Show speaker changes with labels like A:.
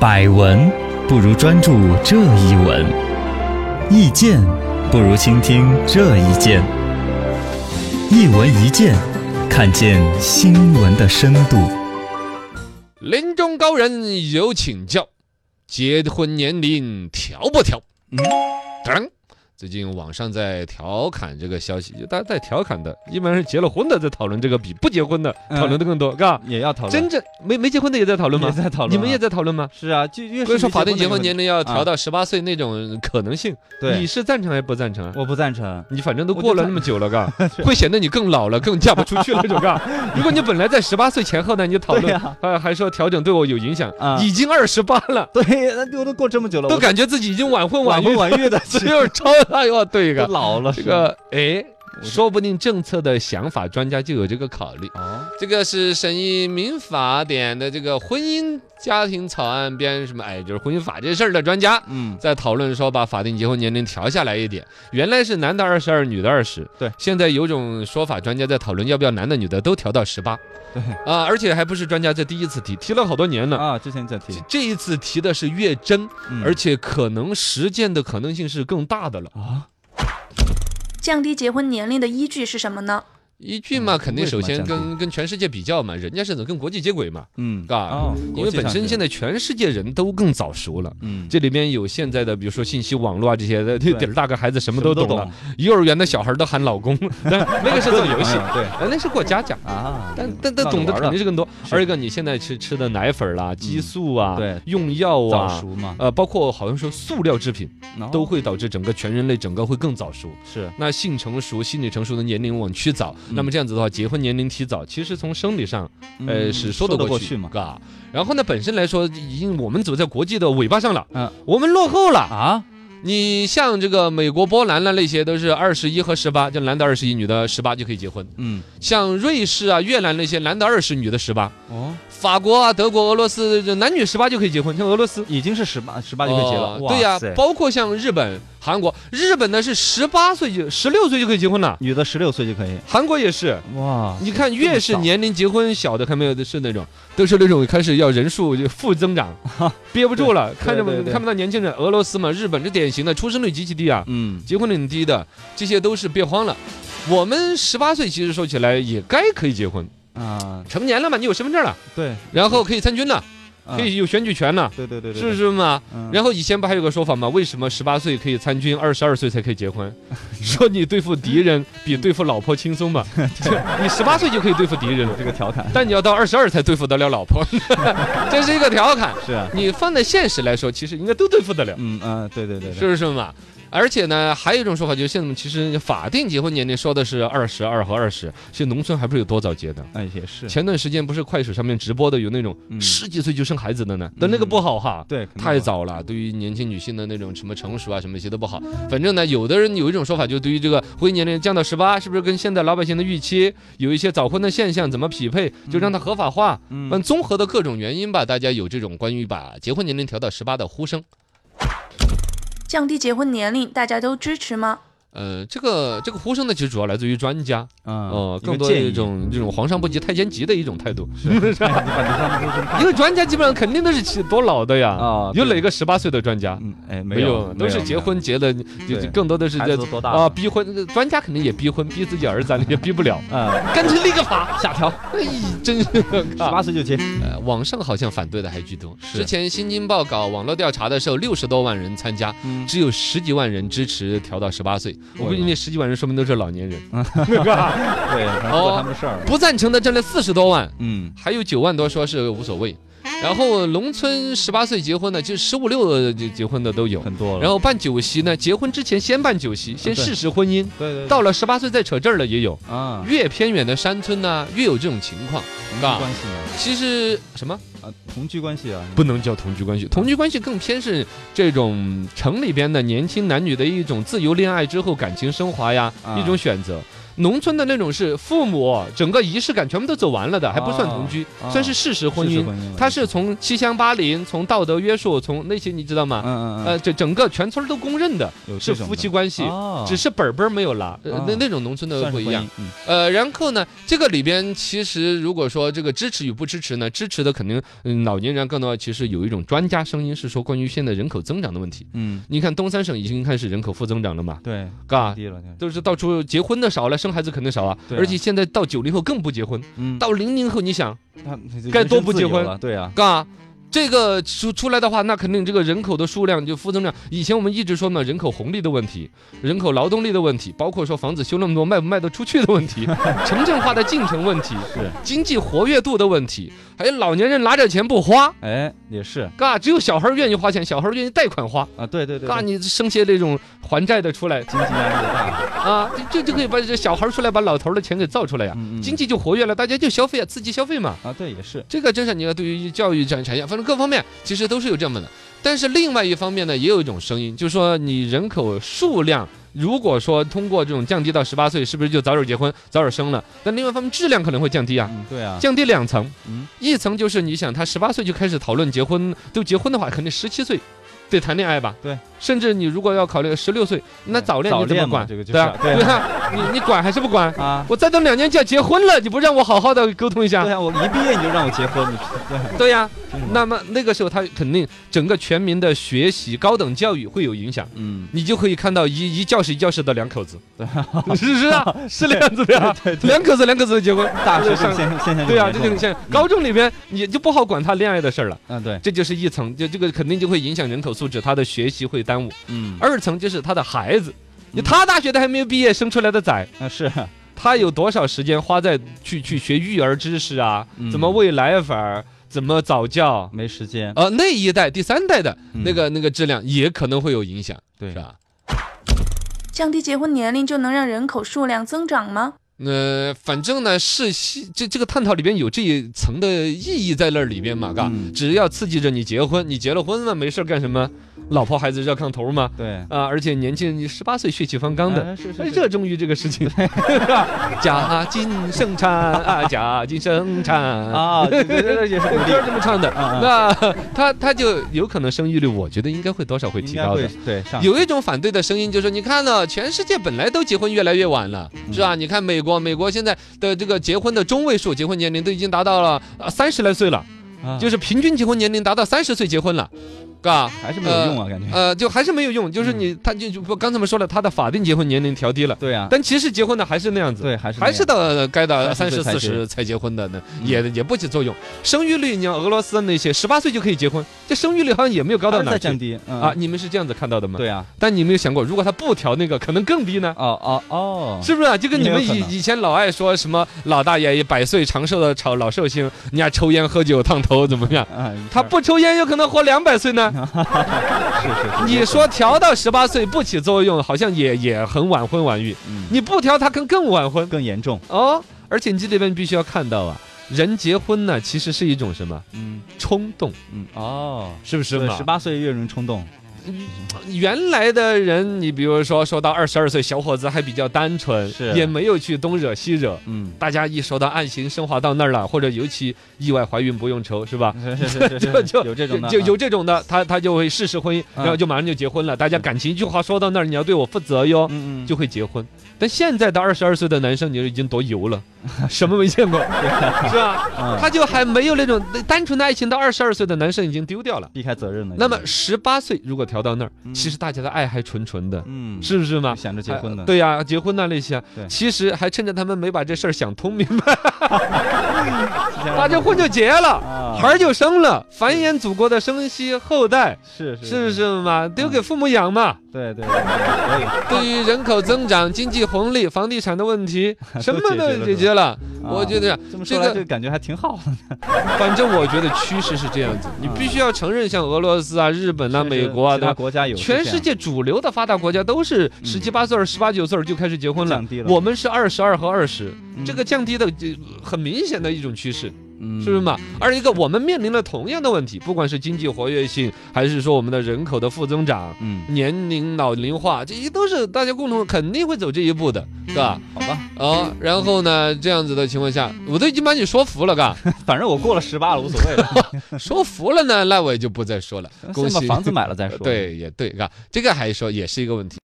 A: 百闻不如专注这一闻，意见不如倾听这一见。一闻一见，看见新闻的深度。
B: 临终高人有请教：结婚年龄调不调？
A: 嗯
B: 当最近网上在调侃这个消息，就大家在调侃的，一般是结了婚的在讨论这个，比不结婚的
C: 嗯
B: 讨论的更多，嘎、
C: 也要讨论，啊
B: 真正没没结婚的也在讨论
C: 也
B: 吗？
C: 在讨论啊，
B: 你们也在讨论吗？
C: 是啊，就越
B: 不是说法定结婚
C: 婚
B: 年
C: 龄，
B: 龄要调
C: 啊
B: 到十八岁那种可能性，你
C: 对，
B: 是赞成还是不赞成啊？
C: 我不赞成，
B: 你反正都
C: 我
B: 过
C: 就
B: 了那
C: 赞
B: 么久了，嘎，会显得你更老了，更嫁不出去了，这 种嘎。如果你本来在十八岁前后呢，你就讨
C: 对
B: 论，
C: 呀，
B: 还还说调整对我有影响
C: 啊，
B: 已经二十八了，
C: 对，那我都过这么久了，
B: 都
C: 我
B: 感觉自己已经晚婚晚
C: 晚婚
B: 育，
C: 晚育的，
B: 只有超哎呦，对
C: 都
B: 个
C: 老了，
B: 这
C: 是吧
B: 个哎，说不定政策的想法专家就有这个考虑。
C: 哦，
B: 这个是审议民法典的这个婚姻家庭草案编什么？哎，就是婚姻法这事儿的专家
C: 嗯，
B: 在讨论说，把法定结婚年龄调下来一点。原来是男的二十二，女的二十。
C: 对，
B: 现在有种说法，专家在讨论要不要男的女的都调到十八。
C: 对
B: 啊，而且还不是专家这第一次提，提了好多年了。
C: 啊，之前在提
B: 这，这一次提的是越真，
C: 嗯
B: 而且可能实践的可能性是更大的了。
C: 啊，
D: 降低结婚年龄的依据是什么呢？
B: 依据嘛，
C: 嗯
B: 肯定
C: 为什
B: 首
C: 么
B: 先
C: 降低
B: 跟跟全世界比较嘛，人家是能跟国际接轨嘛，
C: 嗯，
B: 嘎、
C: 哦，
B: 啊因为本身现
C: 在，
B: 在全世界人啊都更早熟了。
C: 嗯，
B: 这里边有现在的，比如说信息网络啊这些的， 这底儿大个孩子什
C: 什
B: 么都懂了。，幼儿园的小孩都喊老公， 但那个是做游戏，
C: 哎对
B: 呃那是过家家。
C: 啊，
B: 但但但
C: 闹着
B: 懂得
C: 玩儿
B: 肯定是更多。
C: 是
B: 二一个，你现在吃吃的奶粉啦、激素啊、
C: 对
B: 用药
C: 早
B: 啊，
C: 熟嘛，
B: 呃，包括好像说塑料制品，
C: 哦
B: 都会导致整个全人类整个会更早熟。
C: 是，
B: 那性成熟、心理成熟的年龄往趋早，
C: 嗯
B: 那么这样子的话，结婚年龄提早，其实从生理上，呃，
C: 嗯
B: 是说
C: 说
B: 得
C: 过
B: 过
C: 去嘛，
B: 嘎。然后呢，本身来说，已经我们走在国际的尾巴上了，
C: 嗯
B: 我们落后了。
C: 啊，
B: 你像这个美国、波兰啦，啊那些都是二十一和十八，就男的二十一，女的十八就可以结婚。
C: 嗯，
B: 像瑞士啊、越南那些，男的二十，女的十八。
C: 哦，
B: 法国啊、德国、俄罗斯，这男女十八就可以结婚，像俄罗斯。
C: 已经是十八十八就可以结了
B: 哦，
C: 哇
B: 对呀、
C: 塞
B: 包括像日本、韩国，日本呢是十八岁就十六岁就可以结婚了，
C: 女的十六岁就可以，
B: 韩国也是，
C: 哇，
B: 你看，越是
C: 这么早
B: 年龄结婚小的，看没有的是那种，都是那种开始要人数就负增 长，憋不住了，看着
C: 对对对
B: 看不到年轻人。俄罗斯嘛，日本这典型的出生率极其低啊，
C: 嗯，
B: 结婚率很低的，这些都是别慌了。我们十八岁其实说起来也该可以结婚，
C: 啊，
B: 成年了嘛，你有身份证了，
C: 对，
B: 然后可以参军了，
C: 啊
B: 可以有选举权了，
C: 对对对对，
B: 是不是嘛？
C: 嗯？
B: 然后以前不还有个说法吗？为什么十八岁可以参军，二十二岁才可以结婚？ 说你对付敌人比对付老婆轻松吧？ 你十八岁就可以对付敌人了。
C: 这个调侃
B: 但你要到二十二才对付得了老婆， 这是一个调侃。
C: 是啊，
B: 你放在现实来说，其实应该都对付得了，
C: 嗯嗯，对对对，对
B: 是不是嘛？而且呢，还有一种说法就是，现在其实法定结婚年龄说的是二十二和二十，其实农村还不是有多早结的。
C: 哎也是，
B: 前段时间不是快手上面直播的有那种
C: 嗯
B: 十几岁就生孩子的呢，但那个不好哈。
C: 对，可能
B: 太
C: 吧，
B: 早了，对于年轻女性的那种什么成熟啊，什么一些都不好。反正呢，有的人有一种说法，就对于这个婚姻年龄降到十八，是不是跟现在老百姓的预期有一些早婚的现象怎么匹配，就让它合法化？嗯，
C: 嗯，
B: 综合的各种原因吧，大家有这种关于把结婚年龄调到十八的呼声。
D: 降低结婚年龄，大家都支持吗？
B: 呃，这个这个呼声呢，其实主要来自于专家，
C: 哦
B: 哦，更多的一种这种皇上不急太监急的一种态度，
C: 嗯你把这张图看，
B: 因为专家基本上肯定都是其多老的呀，
C: 啊
B: 有
C: 对
B: 哪个十八岁的专家？
C: 嗯，哎，
B: 没有，都是
C: 没
B: 结
C: 有
B: 婚结的，就
C: 对
B: 就更多的是
C: 孩
B: 在
C: 子都多大
B: 啊
C: 了
B: 逼婚，专家肯定也逼婚，逼自己儿子啊也逼不了，
C: 啊，
B: 干脆立个法，
C: 下调
B: 哎，真是十
C: 十八岁就结，
B: 呃，网上好像反对的还居多。
C: 是
B: 之前《新京报》搞网络调查的时候，六十多万人参加，
C: 嗯
B: 只有十几万人支持调到十八岁。我估计那十几万人说明都是老年人，
C: 对，反正做他们的 事儿，
B: 不赞成的占了四十多万，
C: 嗯，
B: 还有九万多说是无所谓。然后农村十八岁结婚的，就十五六就结婚的都有。
C: 很多了，
B: 然
C: 后
B: 后办酒席呢，结婚之前先办酒席，先
C: 对
B: 试试婚姻。
C: 对对
B: 到了十八岁再扯证儿的也有，
C: 啊，
B: 越偏远的山村呢、越有这种情况。
C: 同居
B: 嘎
C: 关系啊
B: 其实什么？
C: 啊，同居关系啊，
B: 不能叫同居关系，同居关系更偏是这种城里边的年轻男女的一种自由恋爱之后感情升华呀，
C: 啊
B: 一种选择。农村的那种是父母整个仪式感全部都走完了的，还不算同居，
C: 啊
B: 算是事实婚
C: 是
B: 姻。
C: 婚姻了
B: 他是从七乡八邻，从道德约束，从那些你知道吗？
C: 嗯嗯
B: 呃，这整个全村都公认的啊
C: 嗯，
B: 是夫妻关系，只
C: 是
B: 是本儿本儿没有拿，呃
C: 啊
B: 那那种农村的不一样。，
C: 嗯
B: 呃，然后呢，这个里边其实如果说这个支持与不支持呢，支持的肯定，嗯，老年人更多，其实有一种专家声音是说关于现在人口增长的问题。
C: 嗯，
B: 你看东三省已经开始人口负增长了嘛，
C: 对，
B: 嘎，
C: 低了，
B: 都是到处结婚的少了，生孩子肯定少啊。
C: 对啊
B: 而且现在到九零后更不结婚，
C: 嗯，
B: 到零零后你想，
C: 他
B: 该多不结婚
C: 了，对啊，
B: 嘎。这个出出来的话，那肯定这个人口的数量就负增长。以前我们一直说嘛，人口红利的问题，人口劳动力的问题，包括说房子修那么多卖不卖得出去的问 题，城镇化的进程问题，
C: 是
B: 经济活跃度的问题，还有老年人拿着钱不花，
C: 哎，也是
B: 嘎，只有小孩儿愿意花钱，小孩儿愿意贷款花，
C: 啊，对对对，
B: 嘎，
C: 对
B: 你生些那种还债的出来
C: 经济压力大，
B: 啊，就就可以把这小孩儿出来把老头儿的钱给造出来呀、
C: 嗯嗯
B: 经济就活跃了，大家就消费啊，刺激消费嘛。
C: 啊，对也是，
B: 这个真是你要对于教育产产业，反正各方面其实都是有这么的。但是另外一方面呢，也有一种声音，就是说你人口数量如果说通过这种降低到十八岁，是不是就早点结婚、早点生了？但另外一方面，质量可能会降低啊。
C: 嗯，对啊，
B: 降低两层，
C: 嗯
B: 一层就是你想他十八岁就开始讨论结婚，都结婚的话，肯定十七岁得谈恋爱吧？
C: 对，
B: 甚至你如果要考虑十六岁，那
C: 对
B: 早恋
C: 早
B: 你怎么
C: 恋嘛
B: 管？
C: 这个就是
B: 对啊，
C: 对啊
B: 对啊， 你你管还是不管？
C: 啊，
B: 我再等两年就要结婚了，你不让我 好好的沟通一下？
C: 对啊，我一毕业你就让我结婚，你对，
B: 对呀、
C: 嗯
B: 那么那个时候他肯定整个全民的学习、高等教育会有影响。
C: 嗯，
B: 你就可以看到一一教室一教室的两 口子，
C: 对
B: 是是啊，是那样子的呀，
C: 对啊对，
B: 两口子两口子的结婚，
C: 大学
B: 上
C: 生现象现象
B: 对啊，
C: 严
B: 这
C: 重
B: 就很像高中里边你就不好管他恋爱的事儿了，
C: 啊，对，
B: 这就是一层，就这个肯定就会影响人口素质，他的学习会耽误。
C: 嗯，
B: 二层就是他的孩子，
C: 嗯
B: 他大学的还没有毕业生出来的崽，
C: 啊是，
B: 他有多少时间花在去去学育儿知识啊，
C: 嗯
B: 怎么喂奶粉儿，怎么早教，
C: 没时间，
B: 呃，那一代、第三代的
C: 嗯
B: 那个、那个质量也可能会有影响，
C: 对
B: 是啊吧？
D: 降低结婚年龄就能让人口数量增长吗？
B: 呃，反正呢是西这这个探讨里边有这一层的意义在那里边嘛，嘎、
C: 嗯
B: 只要刺激着你结婚，你结了婚了没事儿干什么？老婆孩子热炕头嘛，
C: 对，
B: 啊、而且年轻人你十八岁血气方刚的。
C: 啊是是
B: 哎，
C: 是
B: 热衷于这个事情，假金生产啊，假金生产啊，
C: 啊，对对对，对 也是鼓
B: 歌
C: 励
B: 儿这么唱的，
C: 啊啊
B: 那他他就有可能生育率，我觉得应该会多少会
C: 应
B: 提
C: 该
B: 高的
C: 会。对上
B: 有一种反对的声音，就是说你看呢，全世界本来都结婚越来越晚了，
C: 嗯
B: 是吧？你看美国，美国现在的这个结婚的中位数，结婚年龄都已经达到了呃三十来岁了，
C: 啊
B: 就是平均结婚年龄达到三十岁结婚了，嘎。
C: 还是没有用啊，嗯感觉
B: 呃，就还是没有用，就是你，他就就不刚才我们说了，他的法定结婚年龄调低了，
C: 对啊，
B: 但其实结婚的还是那样子，
C: 对还是
B: 还是到呃该到三
C: 30
B: 十
C: 岁才
B: 四
C: 结
B: 十才结婚的呢，
C: 嗯
B: 也也不起作用。生育率，你像俄罗斯那些十八岁就可以结婚，这生育率好像也没有高到
C: 高
B: 哪儿
C: 在
B: 去
C: 降低嗯
B: 啊？你们是这样子看到的吗？
C: 对啊，
B: 但你有没有想过，如果他不调那个，可能更低呢？
C: 哦哦哦，
B: 是不是啊？就跟你们
C: 也有可
B: 以
C: 能
B: 以前老爱说什么老大爷百岁长寿的炒老寿星，人家抽烟喝酒烫头怎么 样？
C: 啊，一
B: 他
C: 下
B: 不抽烟有可能活两百岁 呢。
C: 是是是，
B: 你说调到十八岁不起作用，好像也也很晚婚晚育。
C: 嗯
B: 你不调他更更晚婚
C: 更严重，
B: 哦。而且你这里边必须要看到啊，人结婚呢其实是一种什么
C: 嗯
B: 冲动，
C: 嗯哦，
B: 是不是嘛？
C: 十八岁越容易冲动，
B: 原来的人，你比如说说到二十二岁，小伙子还比较单纯，
C: 是
B: 也没有去东惹西惹。
C: 嗯，
B: 大家一说到案情升华到那儿了，或者尤其意外怀孕不用愁，是吧？
C: 是是是是，
B: 就是就
C: 嗯有这种的，
B: 就有这种的，他他就会事实婚姻，
C: 嗯
B: 然后就马上就结婚了。大家感情一句话说到那儿，你要对我负责哟，
C: 嗯嗯，
B: 就会结婚。但现在的二十二岁的男生，你就已经多油 了，什么没见过，是吧？
C: 嗯
B: 他就还没有那种单纯的爱情，到二十二岁的男生已经丢掉了。
C: 避开责任了，
B: 那么十八岁如果调到那儿，
C: 嗯
B: 其实大家的爱还纯纯的，
C: 嗯
B: 是不是嘛？
C: 想着结婚
B: 哎
C: 的，
B: 对呀、结婚呐、那些啊
C: 对，
B: 其实还趁着他们没把这事儿想通明白，
C: 提前让他，
B: 把这婚就结了，
C: 啊
B: 孩儿就生了，繁衍祖国的生息后代，
C: 是是啊
B: 是不是嘛？丢给父母养嘛。
C: 对对对对，可以
B: 对于人口增长、经济红利、房地产的问 题，什么
C: 都解决
B: 都
C: 了
B: 解决了。
C: 啊
B: 我觉得
C: 这么
B: 这
C: 说来，
B: 个
C: 这个感觉还挺好的。
B: 反正我觉得趋势是这样子，你必须要承认，像俄罗斯啊、日本啊、美国啊，
C: 啊其
B: 对
C: 他
B: 吧？
C: 国家有
B: 全世界主流的发达国家都是十七八岁儿、十八九岁儿就开始结婚了
C: 嗯降低，了
B: 我们是二十二和二十，
C: 嗯
B: 这个降低的就很明显的一种趋势。
C: 嗯
B: 是不是嘛？二一个，我们面临了同样的问题，不管是经济活跃性，还是说我们的人口的负增长、
C: 嗯，
B: 年龄老龄化，这些都是大家共同肯定会走这一步的，是吧？
C: 嗯好吧，
B: 啊、然后呢，这样子的情况下，我都已经把你说服了， 嘎，
C: 反正我过了十八了，无所谓了。
B: 说服了呢，那我也就不再说了。恭
C: 先把
B: 喜
C: 房子买了再说。
B: 对，也对，嘎，这个还说也是一个问题。